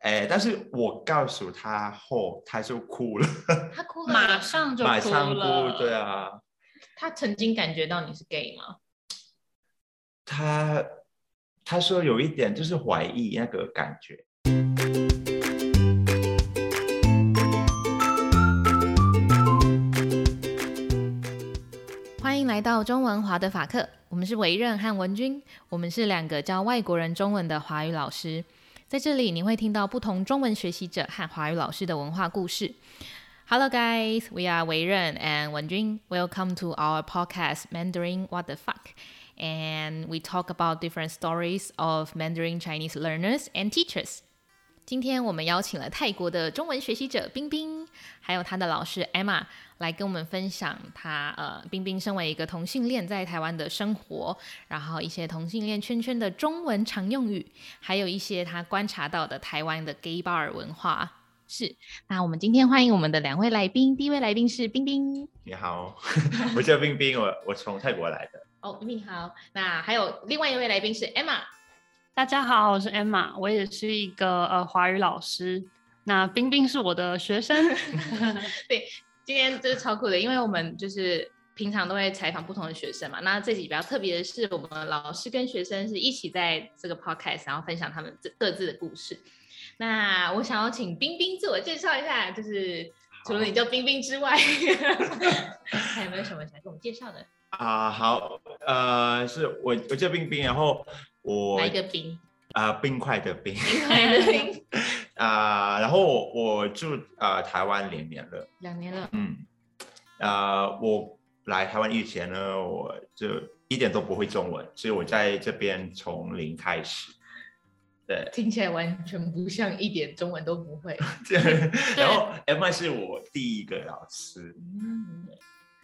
哎，但是我告诉他后，他就哭了，他哭了吗，马上就马哭上了。哭，对，啊，他曾经感觉到你是 gay 吗？他他说有一点就是怀疑那个感觉，欢迎来到中文华德法克，我们是维任和文君，我们是两个教外国人中文的华语老师。在这里，你会听到不同中文学习者和华语老师的文化故事。Hello, guys. We are Wei Ren and Wen Jun. Welcome to our podcast, Mandarin What the Fuck. And we talk about different stories of Mandarin Chinese learners and teachers. 今天我们邀请了泰国的中文学习者冰冰，还有她的老师 Emma 来跟我们分享她呃，冰冰身为一个同性恋在台湾的生活，然后一些同性恋圈圈的中文常用语，还有一些她观察到的台湾的 gay bar 文化。是，那我们今天欢迎我们的两位来宾，第一位来宾是冰冰。你好， 我叫冰冰，我我从泰国来的，哦，冰冰好。那还有另外一位来宾是 Emma。大家好，我是 Emma，我也是一个呃华语老师。那冰冰是我的学生，今天真是超酷的，因为我们就是平常都会采访不同的学生嘛。那这集比较特别的是，我们老师跟学生是一起在这个 podcast，然后分享他们自各自的故事。那我想要请冰冰自我介绍一下，就是除了你叫冰冰之 外，还有没有什么想跟我们介绍的？啊、好，呃，是我我叫冰冰，然后我哪一个 冰？啊、冰块的冰 哪一个冰？啊、然后我我住啊、台湾两年了。两年了，嗯，呃，我来台湾以前呢，我就一点都不会中文，所以我在这边从零开 始。对，听起来完全不像一点中文都不会。这样然后 M I 是我第一个老师，嗯，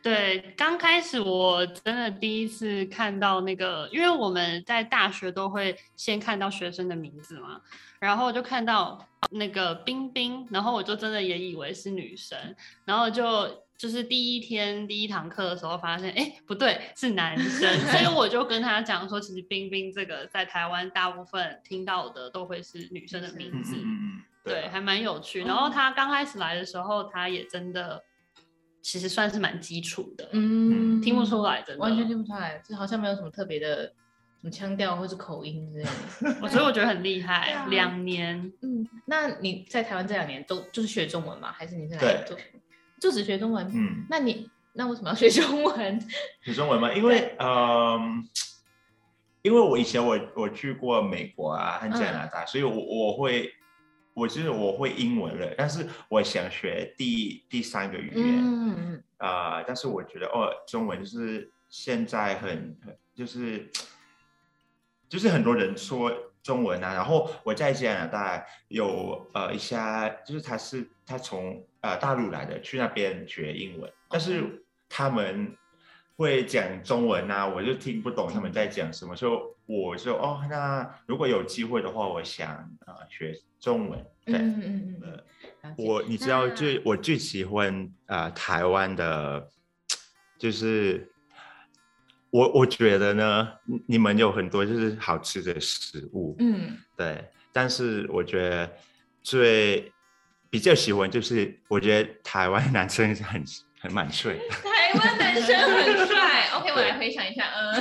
对，刚开始我真的第一次看到那个，因为我们在大学都会先看到学生的名字嘛，然后就看到那个冰冰，然后我就真的也以为是女生，然后就就是第一天第一堂课的时候发现，哎，不对，是男生，所以我就跟他讲说，其实冰冰这个在台湾大部分听到的都会是女生的名嗯字嗯，嗯，对，啊还蛮有趣。然后他刚开始来的时候，他也真的其实算是蛮基础的，嗯，听不出来，真的完全听不出来，就好像没有什么特别的什么腔调或是口音之类 的。我所以我觉得很厉对害啊，两年。嗯，那你在台湾这两年都就是学中文吗？还是你在哪对里做？就只学中文？嗯，那你那为什么要学中文？学中文吗？因为嗯。因为我以前我我去过美国啊和加拿大，所以我我会我就是我会英文了，但是我想学第第三 个语言，嗯，啊、但是我觉得哦，中文就是现在很很就是就是很多人说中文啊，然后我在加拿大有呃一下，就是他是他从呃大陆来的，去那边学英文，但是他们会讲中文啊，我就听不懂他们在讲什么，所以我就哦，那如果有机会的话，我想啊、呃学中文，对。嗯嗯嗯嗯呃了解，我你知道那最我最喜欢呃台湾的，就是我我觉得呢，你你们有很多就是好吃的食物， 嗯对，但是我觉得最比较喜欢就是我觉得台湾男生是很很蛮帅 的，台湾男生很帅。OK，我来回想一下，嗯，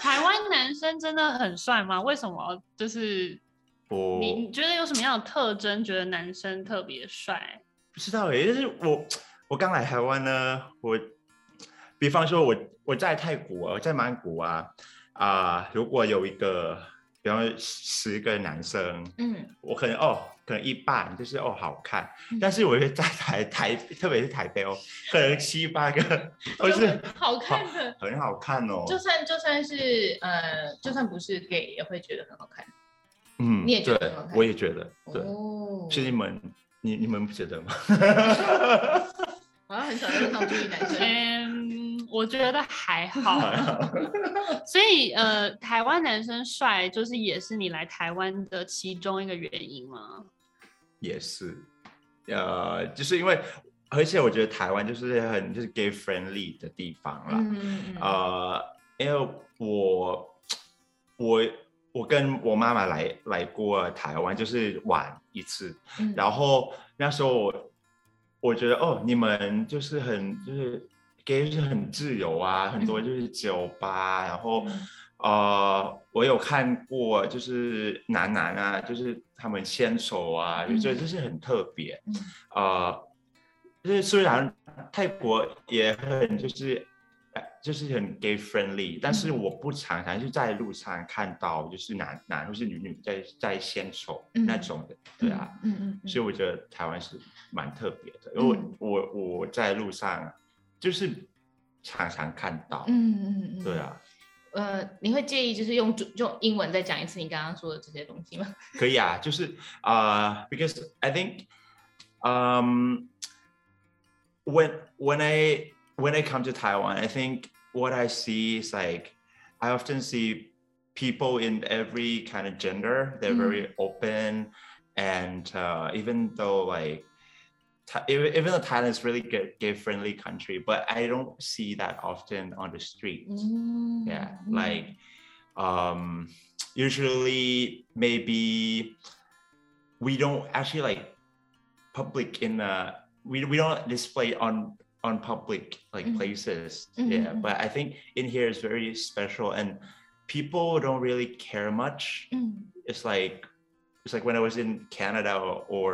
台湾男生真的很帅吗？为什么？就是我你你觉得有什么样的特征，觉得男生特别帅？不知道诶，就是我我刚来台湾呢，我比方说我我在泰国，我在曼谷啊啊、如果有一个，比方说十个男生， 嗯，我可能哦，可能一半就是哦好看嗯，但是我觉得在台台， 特别是台北哦，可能七八 个都是好看的。很好看哦，就算就算是呃，就算不是 gay 也会觉得很好看。嗯，你也觉得对很好看我也觉得，对，哦，是你们，你你们不觉得吗？好像很少在路上注意男生。 嗯，我觉得还好。还好 所以呃，台湾男生帅，就是也是你来台湾的其中一个原因吗？也是，呃，就是因为，而且我觉得台湾就是很就是 gay friendly 的嗯地方啦，嗯嗯嗯呃，因为我我我跟我妈妈来来过台湾，就是玩一次，嗯然后那时候我我觉得哦，你们就是很就是给就是很自由啊，很多就是酒吧，然后嗯呃，我有看过就是男男啊，就是他们牵手啊，就觉得就是很特别嗯，呃，就是虽然泰国也很就是。呃就是很 gay friendly，但嗯是我不常常是在路上看到就是男男或是女女在在牵手嗯那种的，对啊，嗯嗯嗯所以我觉得台湾是蛮特别的，因为嗯我我我在路上就是常常看到，嗯嗯嗯，对。啊，呃，你会介意就是用中用英文再讲一次你刚刚说的这些东西吗？可以啊，就是啊、b e c a u s e I think um when when I when I come to Taiwan, I think what I see is like I often see people in every kind of gender. They're very open, and uh, even though like Tha- even even though Thailand is really gay, gay friendly country, but I don't see that often on the street. 嗯 Yeah, like um, usually maybe we don't actually like public in uh we, we don't display on on public like Mhm. places. Mhm, Yeah, mhm. but I think in here is very special and people don't really care much 嗯 it's like it's like when I was in Canada or, or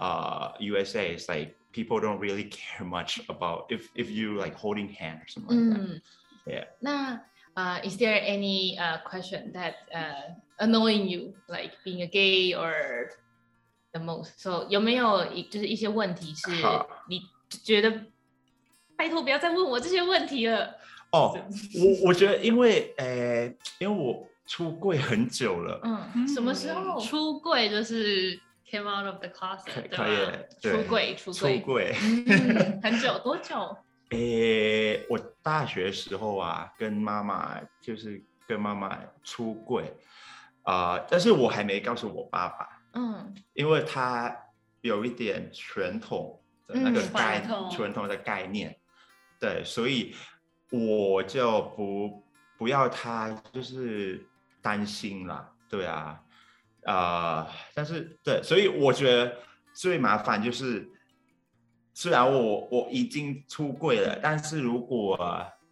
uh, USA, it's like people don't really care much about if if you like holding hand or something like that. 嗯 Yeah. 那呃、i s there any uh question that uh annoying you like being a gay or the most? So 有没有一就是一些问题是好你觉得拜托不要再问我这些问题了？哦，我我觉得因为呃，因为我出柜很久了，嗯，什么时嗯候出出柜就是 came out of the closet，可对可以吧？对柜？啊出出柜？柜。嗯，很久多久？诶、呃我大学时候啊，跟妈妈就是跟妈妈出柜，啊、但是我还没告诉我爸爸，嗯因为它有一点传统的那个嗯概、传统传统的概念，对，所以我就不不要他就是担心啦，对啊，啊、但是对，所以我觉得最麻烦就是，虽然我我已经出柜了，但是如果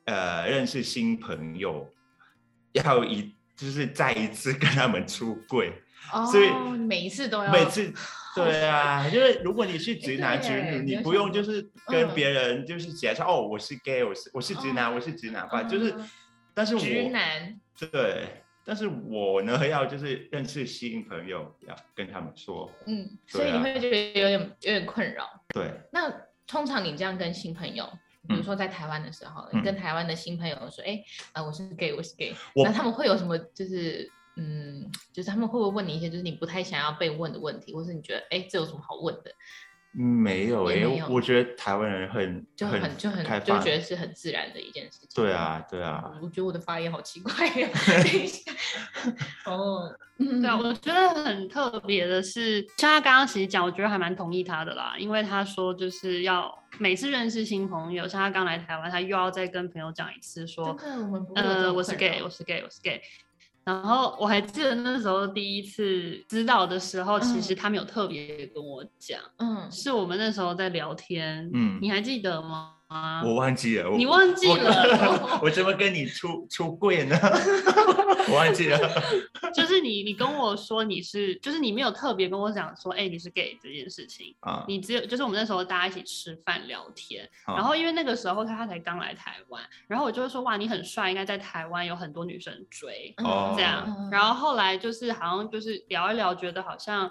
呃认识新朋友，要一就是再一次跟他们出柜。哦，所以每一次都要每次对 啊，就是如果你是直男直啊女，对你你有不想用过就是跟嗯别人就是介绍、哦，我是 gay，我是我是直男，哦我是直男吧，就是嗯，但是我直男对，但是我呢要就是认识新朋友，要跟他们说，嗯，所对以你啊会觉得有点有点困扰。对，那通常你这样跟新朋友，比如嗯说在台湾的时候，嗯你跟台湾的新朋友说，哎、呃，我是 gay，我是 gay，我那他们会有什么就是？嗯，就是他们会不会问你一些就是你不太想要被问的问题，或是你觉得哎、这有什么好问的，没有也诶、没有我觉得台湾人很就很就很开就放，觉得是很自然的一件事情。对，啊对啊，我觉得我的发言好奇怪呀、 等一下，哦，嗯对啊，我觉得很特别的是，像他刚刚其实讲，我觉得还蛮同意他的啦，因为他说就是要每次认识新朋友，像他刚来台湾，他又要再跟朋友讲一次说，真的我们不会有这呃，种我是困扰 gay，我是 gay，我是 gay。然后我还记得那时候第一次知道的时候，其实嗯他没有特别跟我讲， 嗯，是我们那时候在聊天，嗯你还记得吗？嗯我忘记了，我你忘记我 了我怎么跟你出出柜呢？ 我忘 记了，就是你，你跟我说你是，就是你没有特别跟我讲说，哎、你是 gay 这件事情，啊，你只有就是我们那时候大家一起吃饭聊天，好然后因为那个时候他他才刚来台湾，然后我就会说哇你很帅，应该在台湾有很多女生追嗯哦这样嗯，然后后来就是好像就是聊一聊，觉得好像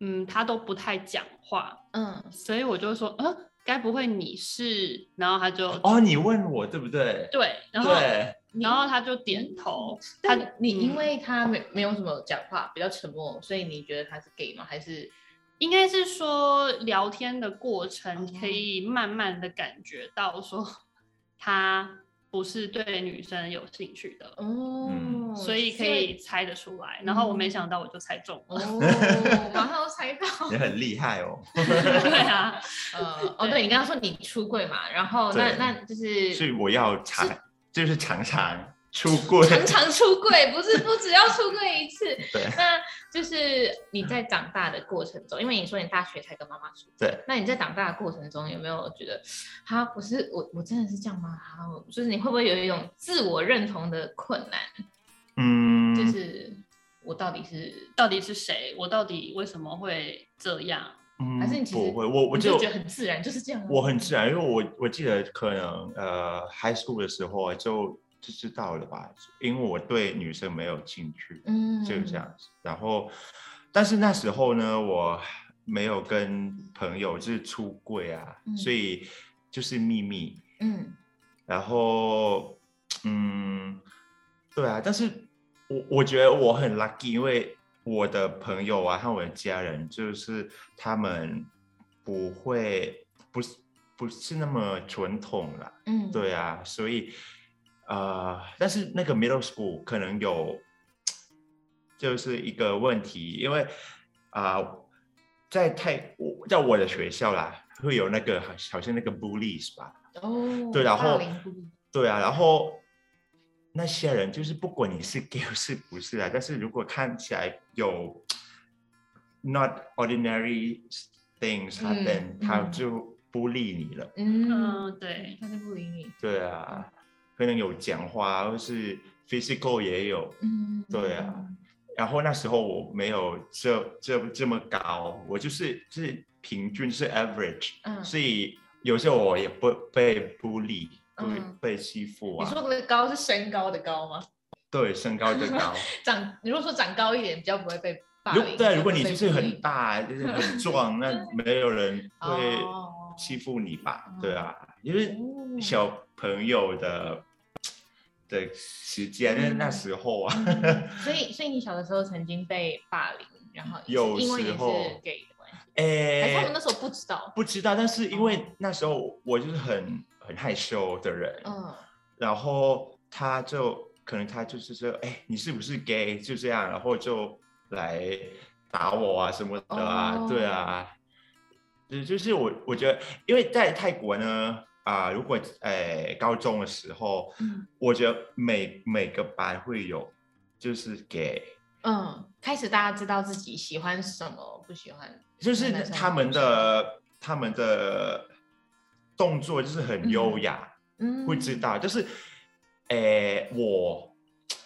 嗯他都不太讲话，嗯，所以我就说嗯该不会你是，然后他就、哦，你问我对不对？对，然后对。然后他就点头，他但你因嗯为他没没有什么讲话，比较沉默，所以你觉得他是 gay 吗？还是应该是说聊天的过程哦可以慢慢的感觉到说他不是对女生有兴趣的，嗯哦，所以可以猜得出来。然后我没想到我就猜中了，嗯哦，马上猜到， 也很厉害哦。 对啊，呃，哦，对你刚刚说你出柜嘛，然后那对那就是所以我要尝，就是常常出 柜，常常出柜，不是不只要出柜一次。对那就是你在长大的过程中，因为你说你大学才跟妈妈出柜，对，那你在长大的过程中有没有觉得，哈，我是我我真的是这样吗？哈，我就是你会不会有一种自我认同的困难？嗯，就是我到底是，到底是谁？我到底为什么会这样？嗯还是你其实不会，我我你就就觉得很自然，就是这样啊吗？我很自然，因为我我记得可能呃，high school 的时候啊就就知道了吧，因为我对女生没有兴趣，嗯就是这样子。然后，但是那时候呢，我没有跟朋友就是出柜啊，嗯所以就是秘密。嗯然后，嗯，对啊，但是我我觉得我很 lucky，因为我的朋友啊和我的家人，就是他们不会不是不是那么传统啦，嗯，对啊，所以呃，但是那个 middle school 可能有就是一个问题，因为啊、呃在泰我在我的学校啦，会有那个好好像那个 bullies 吧。哦，对然后霸凌不理对啊，然后那些人就是不管你是 gay 是不是啊，但是如果看起来有 not ordinary things 嗯 happen，、他嗯就不理你了。嗯，嗯，对，他就不理你，对啊，可能有讲话或是 physical 也有。嗯，对啊，然后那时候我没有这这这么高，我就是就是平均是 average，、嗯所以有时候我也不被 bully，不、嗯被欺负你啊。说的高是身高的高吗？对，身高就高。长，你如果说长高一点，比较不会被霸如凌。对，啊不如果会你被就是孤很立大，就是 很壮，那没有人会哦欺负你吧哦？对啊，因为哦小朋友的的时间，那嗯那时候啊， 嗯所以，所以你小的时候曾经被霸凌，然后有是因为你时是候 gay 的关系，还是他诶们，那时候不知道？哎不知道，但是因为哦那时候我就是很很害羞的人，嗯然后他就可能他就是说，哎，你是不是 gay？就这样，然后就来打我啊什么的啊，哦对啊，就就是我我觉得，因为在泰国呢，啊、如果呃高中的时候，嗯我觉得每每个班会有就是 gay，嗯，开始大家知道自己喜欢什么，不喜欢。就是男生他们的他们的动作就是很优雅。嗯，会知道，就是，诶、我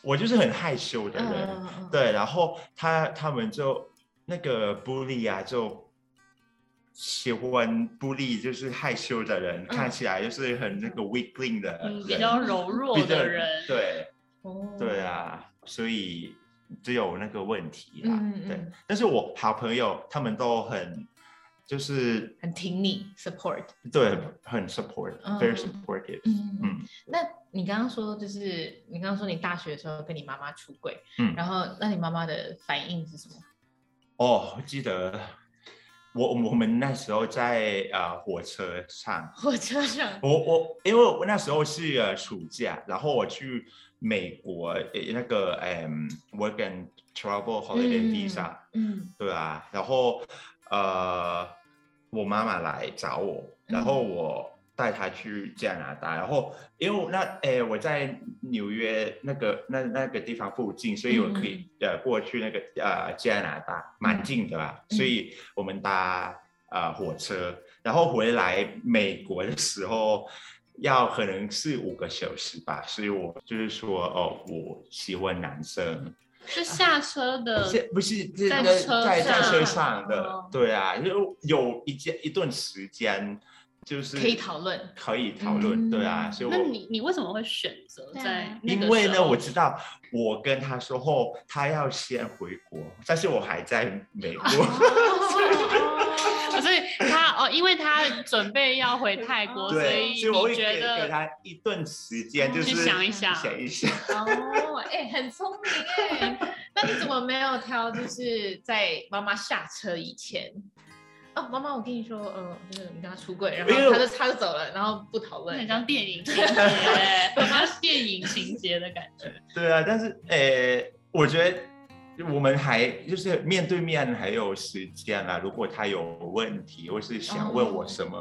我就是很害羞的嗯人，嗯嗯对，然后他他们就那个bully 啊，就喜欢 bully，就是害羞的人，看起来就是很那个 weakling 的人， 嗯，比较柔弱比较的人，呃嗯对哦对，啊，所以只有那个问题啦，嗯嗯对嗯，但是我好朋友他们都很就是很挺你，support。对很 support，very 嗯 supportive，嗯嗯那你刚刚说，就是你刚刚说你大学的时候跟你妈妈出轨，嗯然后那你妈妈的反应是什么？ 哦，我记得我我们那时候在呃火车上，火车上，我我因为我那时候是呃暑假，然后我去美国呃那个嗯 work and travel holiday 嗯 visa，、嗯对啊，然后呃我妈妈来找我，然后嗯我。带她去加拿大，然后因为我那诶我在纽约那个那那个地方附近，所以我可以、呃过去那个呃加拿大蛮近的啊，嗯嗯所以我们搭呃火车，然后回来美国的时候要可能是五个小时吧，所以我就是说哦我喜欢男生，是下车的是不是是呃在那车啊在在上车上的哦，对啊，就有一间一段时间就是可以讨论可以讨论，嗯对啊，所以那我你你为什么会选择对啊在那个因为时呢，候我知道我跟他说后，他要先回国，但是我还在美国， 所以他哦，因为他准备要回泰国，哦 所对，所以我以会你觉给给得嗯他一段时间，就去是想一想，想一想，哦，哎、很聪明哎。那你怎么没有挑？就是在妈妈下车以前。哦，妈妈，我跟你说，呃，就是你跟他出柜，然没后有他就他就走了，然后不讨那论很。像电影情 节，很像电影情节的感觉。对啊，但是呃，我觉得。我们还就是面对面还有时间啦，如果他有问题或是想问我什么，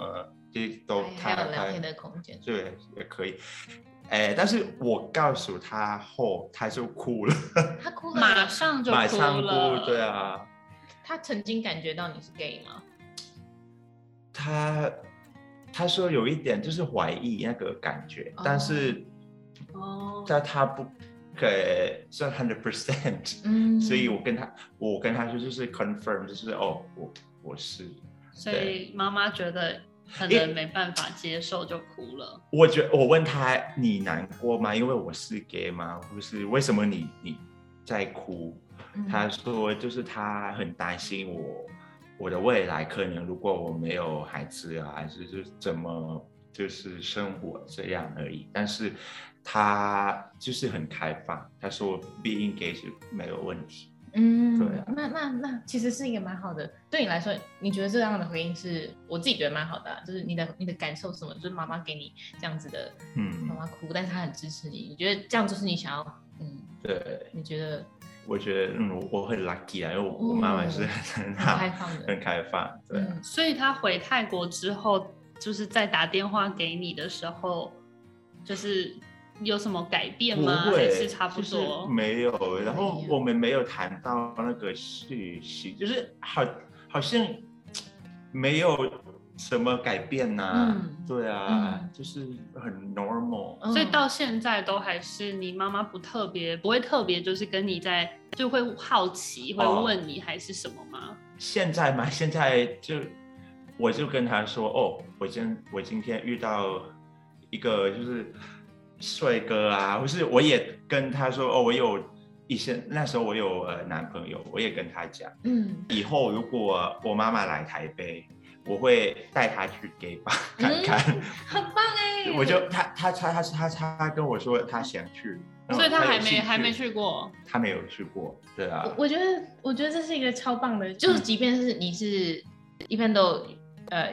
就是都他还哦还有聊他天的空间。对，也可以。哎，但是我告诉他后，他就哭 了，他哭了马吗？上就马哭上了，哭，对，啊，他曾经感觉到你是 gay 吗？他他说有一点就是怀疑那个感觉，但是哦，但他不给算 hundred percent，嗯所以我跟他我跟他说就是 confirm，就是哦，我我是。所以妈妈觉得可因为能没办法接受，就哭了。我觉我问他你难过吗？因为我是 gay 吗？不是，为什么你你在哭？嗯他说就是他很担心我我的未来，可能如果我没有孩子啊，还是就是怎么就是生活这样而已。但是他就是很开放，他说 being gay 是没有问题。嗯，对啊那那那其实是一个蛮好的，对你来说，你觉得这样的回应是我自己觉得蛮好的啊、就是你的你的感受是什么？就是妈妈给你这样子的，妈嗯，妈哭，但是她很支持你，你觉得这样就是你想要，嗯，对，你觉得我觉得嗯我很 lucky 啊，因为我我妈妈是很很开好、放的，很开放， 对。啊嗯，所以他回泰国之后，就是在打电话给你的时候，就是有什么改变不吗？会，还是差不就是嗯多？没有。然后没有我们没有谈到那个讯息，就是好好像没有什么改变呐、嗯对啊，嗯就是很 normal。嗯所以到现在都还是你妈妈不特别，不会特别就是跟你在就会好奇，会哦问你还是什么吗？现在嘛， 现在就我就跟他说，哦，我今我今天遇到一个就是帅哥啊，或是我也跟他说，哦，我有以前那时候我有呃男朋友，我也跟他讲。嗯，以后如果我妈妈来台北，我会带她去 gay 吧 看嗯看。很棒哎、我就她她她她她她跟我说她想去，所以哦她他有还没兴趣还没，去过，她没有去过，对啊我，我觉得，我觉得这是一个超棒的，嗯就是即便是你是，一般都呃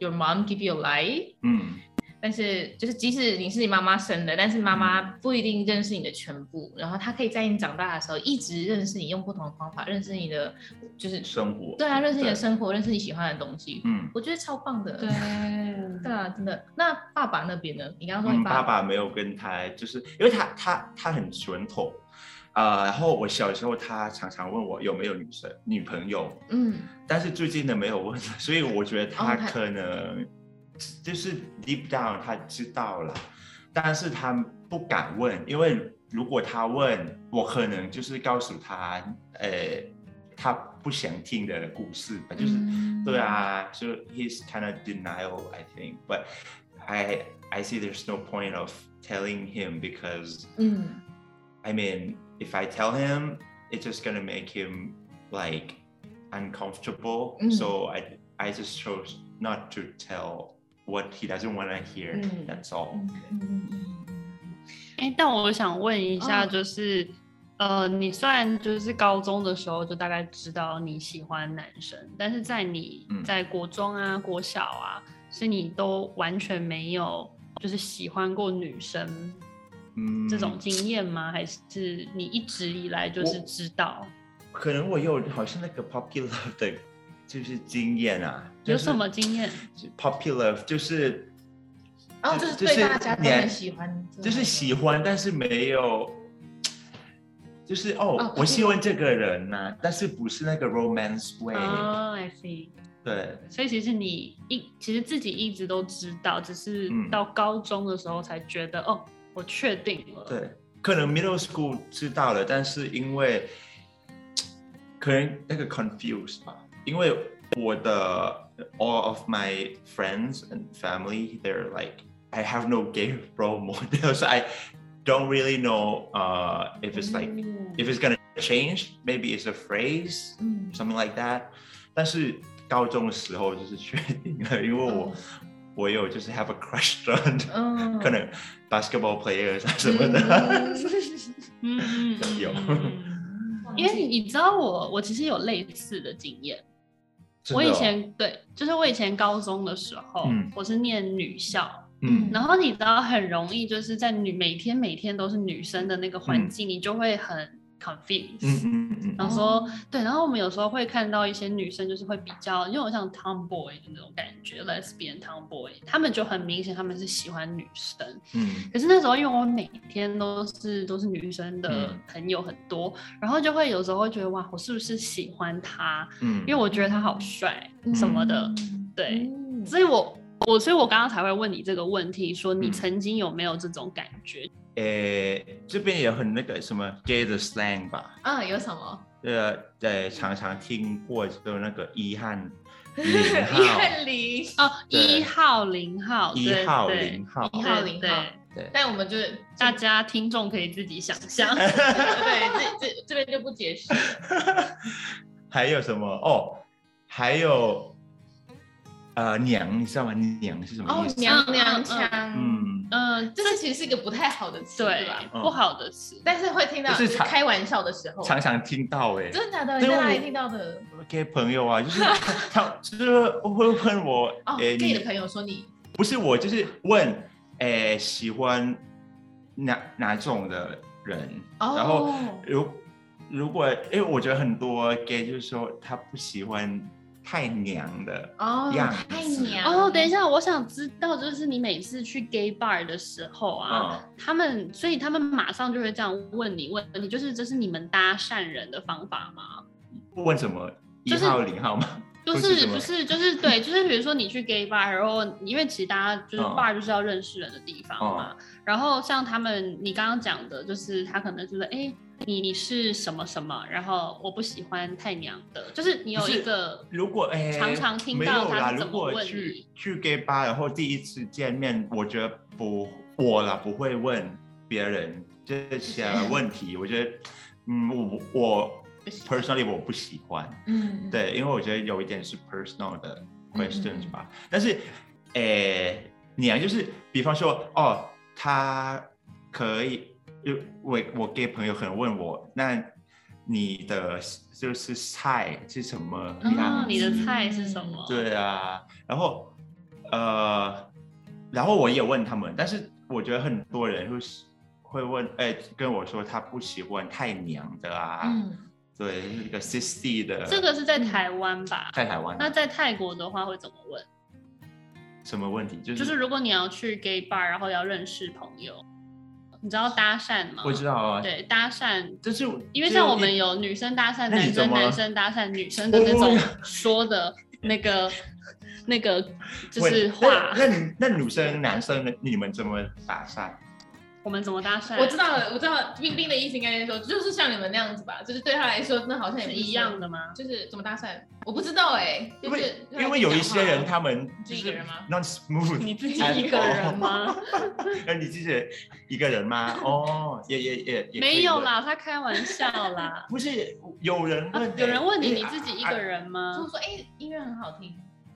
，your mom give you a lie，嗯，但是就是即使你是你妈妈生的，但是妈妈嗯不一定认识你的全部，然后她可以在你长大的时候一直认识你，用不同的方法认识你的，就是生活，对啊，认识你的生活，认识你喜欢的东西，嗯。我觉得超棒的。对， 对啊，真的。那爸爸那边呢？你刚刚说嗯，你爸爸爸没有跟他，就是因为他他他很传统，啊、然后我小时候他常常问我有没有女生女朋友，嗯，但是最近的没有问， 所以我觉得他哦他可能就是 deep down 他知道了，但是他不敢问，因为如果他问，我可能就是告诉他，呃，他不想听的故事吧，就是、嗯对，啊，就 he's uh, kind of denial I think, but I I see there's no point of telling him because 嗯 I mean, if I tell him, it's just gonna make him like uncomfortable. Mm. So I I just chose not to tell what he doesn't want to hear. Mm. That's all. 嗯嗯嗯哎、但我想问一下，嗯就是、呃，你虽然就是高中的时候就大概知道你喜欢男生，但是在你嗯在国中啊、国小啊，是你都完全没有就是喜欢过女生嗯，这种经验吗？还是你一直以来就是我知道？可能我有好像那个 popular 的，就是经验啊，有就是什么经验？ popular 就是。嗯然后就是对大家都你很喜欢，就是喜欢，但是没有，就是哦，哦我喜欢这个人呐、但是不是那个 romance way，、哦、i see。对，所以其实你一其实自己一直都知道，只是嗯到高中的时候才觉得、哦，我确定了。对，可能 middle school 知道了，但是因为可能那个 confused 吧，因为我的 all of my friends and family they're like I have no gay role model, so I don't really know uh if it's like Mm. if it's gonna change, maybe it's a phrase 嗯 something like that。但是高中的时候就是确定了， 因为我、嗯我有就是 have a crush on 嗯可能 basketball players 啊什么 的。嗯嗯嗯有嗯嗯嗯因为你知道我，我其实有类似的经验。 真的我哦以前对，就是我以前高中的时候，嗯我是念女校，嗯然后你知道很容易就是在女每天每天都是女生的那个环境，你就会很 confused。嗯嗯嗯然后说对，然后我们有时候会看到一些女生就是会比较，因为我像 tomboy 的那种感觉，lesbian tomboy，她们就很明显她们是喜欢女生。嗯可是那时候因为我每天都是都是女生的嗯朋友很多，然后就会有时候会觉得哇，我是不是喜欢他？嗯，因为我觉得他好帅什么的，对，嗯所以我我所以我刚刚才会问你这个问题，说你嗯曾经有没有这种感觉？诶、呃这边也很那个什么 gay 的 slang 吧，嗯，有什么？呃呃，常常听过就那个一和零 一号，和零，哦，对一号零号，一对号对零号一一号号零零号号。对，但我们就大家听众可以自己想 象，对这这这边就不解释。嗯还有什么哦？还有呃娘，你知道吗？娘是什么哦意，思？娘娘腔，嗯，嗯，这是其实是一个不太好的词，对吧？，嗯不好的词，但是会听到就是就是常开玩笑的时候，常常听到诶、哦真的假的？对你在哪我里听到的？给朋友啊，就是他 就是会问我，诶、哦，gay 的你朋友说你不是我，就是问，诶、喜欢哪哪种的人？哦，然后如如果，因为我觉得很多 gay 就是说他不喜欢太娘的，哦样，太子娘哦，等一，下，我想知道，就是你每次去 gay bar 的时候啊，啊、他们，所以他们马上就会这样问你，问你，就是这是你们搭讪人的方法吗？问什么一就是号零号吗？就不是是什么不是就是 对，就是比如说你去 gay bar，然后因为其实大家就是嗯 bar 就是要认识人的地方嘛。然后像他们你刚刚讲的，就是他可能就是哎、诶你你是什么什么，然后我不喜欢太娘的，就是你有不是一个如果哎，常常听没到有他啦是如怎么果问去你去 gay bar，然后第一次见面，我觉得不，我啦不会问别人这些问题。我觉得，嗯，我我 personally 我不喜欢，嗯，对，因为我觉得有一点是 personal 的嗯 questions 吧。但是，诶、娘就是，比方说，哦，他可以，就我我 gay 朋友可能问我，那你的就是菜是什么样哦子？，你的菜是什么？嗯对啊，然后呃，然后我也问他们，但是我觉得很多人会是会问，哎、跟我说他不喜欢太娘的啊，嗯，对，就是一个 sixty 的，这个是嗯在台湾吧？在台湾那在泰国的话会怎么问？什么问题？就是就是如果你要去 gay bar，然后要认识朋友，你知道搭讪吗？我知道啊，对，搭讪，就是因为就像我一们有女生搭讪那你男怎生，么男生搭讪女 生的那我种我 说的那 个那个就喂是话，那那你那女生男生呢？你们怎么搭讪？我们怎么搭讪？我知道了，我知道冰冰的意思应该是说，就是像你们那样子吧，就是对他来说，那好像也是不一样，的吗？就是怎么搭讪，我不知道哎，因就是为啊他在因为有一讲些话人他们就自己一个是人吗 not smooth，你自己哎一个人吗？ 呃，你自己一个人吗？哦，也也也也可以没有问，。啦，他开玩笑啦 不是有人啊问、有人问你，你哎自己一个。人就吗是？说哎，音乐很好听，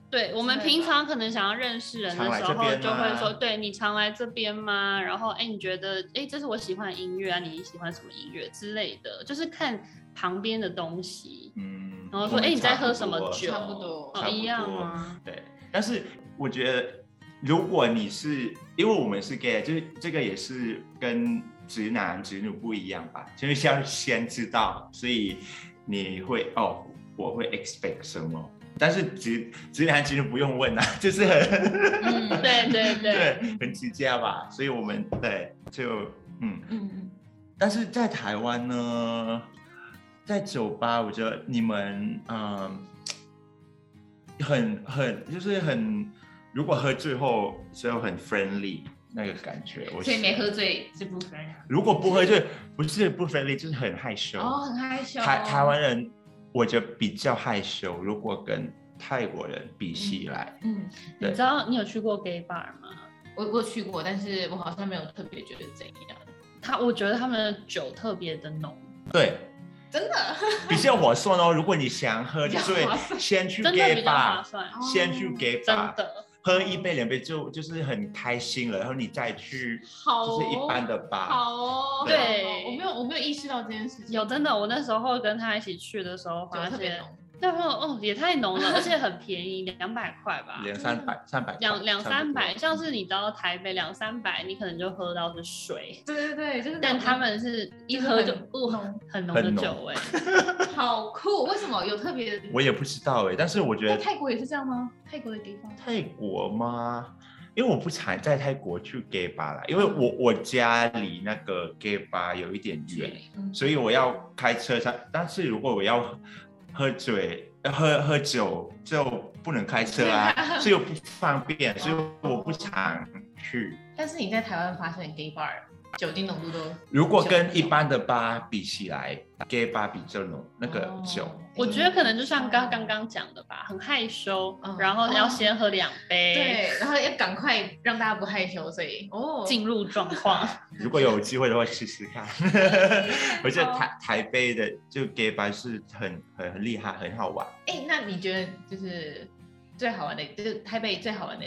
对我们平常可能想要认识人的时常来候，这边就吗会说，对你常来这边吗？然后，哎，你觉得，哎，这是我喜欢的音乐啊，你喜欢什么音乐之类的，就是看旁边的东西，嗯然后我说，们哎，你在差不喝什么多酒？差不多差不哦，多一样啊。对，但是我觉得，如果你是因为我们是 gay，就是这个也是跟直男直女不一样吧，就是要先知道，所以你会哦，我会 expect 什么。但是直直男直女不用问啊，就是很 嗯，对对对，对很直接吧，所以我们对就嗯，嗯，但是在台湾呢，在酒吧，我觉得你们嗯，很很就是很，如果喝醉后就很 friendly 那个感觉。我所以没喜欢喝。醉是不分人如果不喝醉，不是不 friendly，就是很害羞。哦，很害羞，台台湾人，我觉得比较害羞。如果跟泰国人比起来，嗯，你知道你有去过 gay bar 吗？我我有去过，但是我好像没有特别觉得怎样，他我觉得他们的酒特别的浓，嗯对，真的，比较划算哦。如果你想喝比较醉划，算先去真的比 gay 较划 bar，算，哦先去 gay 真 bar，的喝一杯两杯就就是很开心了，然后你再去 好就哦是一般的吧。好哦，对我没有我没有意识到这件事情，有真的。我那时候跟他一起去的时候，酒发特别现浓，那朋友哦也太浓了，而且很便宜，两百块吧，两三百、三百块、两两差不三多嗯百，像是你到台北两三百，你可能就喝到的水，对对对，就是但那种他们是一喝就很哦浓很浓的很浓 酒味， 好酷，为什么有特别的？我也不知道哎、但是我觉在得泰国也是这样吗？泰国的地方泰国吗？因为我不常在泰国去 gay 吧啦，因为嗯我我家离那个 gay 吧有一点远，嗯所以我要开车上。但是如果我要喝喝醉、呃喝喝酒，就不能开车 啊，所以我不方便，所以我不常去。但是你在台湾发现 gay bar 酒精浓度都如果跟一般的吧比起来，gay 吧比较浓，那个酒。哦我觉得可能就像刚刚刚讲的吧，很害羞嗯，然后要先喝两杯，对，然后要赶快让大家不害羞，所以哦，进入状况。如果有机会的话，试试 看。我觉得台台北的就 gay 吧是很很很厉害，很好玩。哎、那你觉得就是最好玩的，就是台北最好玩的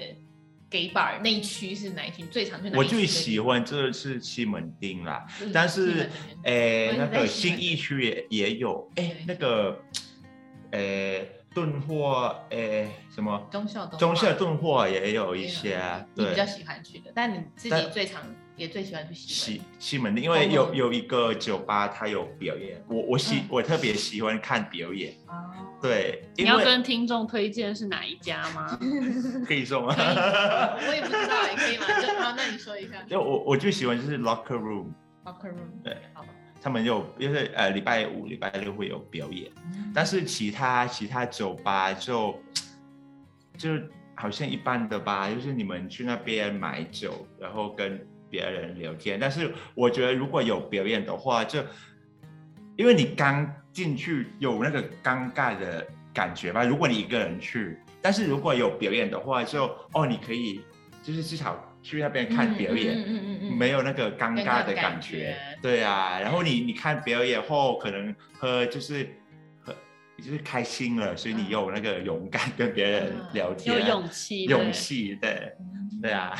gay bar 那一区是哪一区？你最常去哪一区？我最喜欢就是西门町啦，嗯，但是诶、我也是那哦在个西门新义区也也有，诶、对哎那个诶盾货诶什么中校东中校校盾货也有一些，啊你比较对。喜欢去的，但你自己但最常也最喜欢去西西西门门。町，因为哦有有一个酒吧，它有表演，我我喜、嗯我特别喜欢看表演，哦，对，你因要为跟听众推荐是哪一家 吗？可以说吗？可以我也不知道，欸也可以吗？就好，那你说一下。 就我我最喜欢就是 locker room， locker room 对，好，他们有就是呃礼拜五、礼拜六会有表演。但是其他其他酒吧就就好像一般的吧，就是你们去那边买酒，然后跟别人聊天。但是我觉得如果有表演的话，就因为你刚进去有那个尴尬的感觉吧。如果你一个人去，但是如果有表演的话就，哦，你可以就是至少去那边看表演。嗯嗯嗯嗯嗯，没有那个尴尬尴尬的的感感觉觉，对啊。然后你你看表演后，可能喝就是喝就是开心了，所以你有那个勇敢跟别人聊天，有勇气，勇对气，对嗯对啊。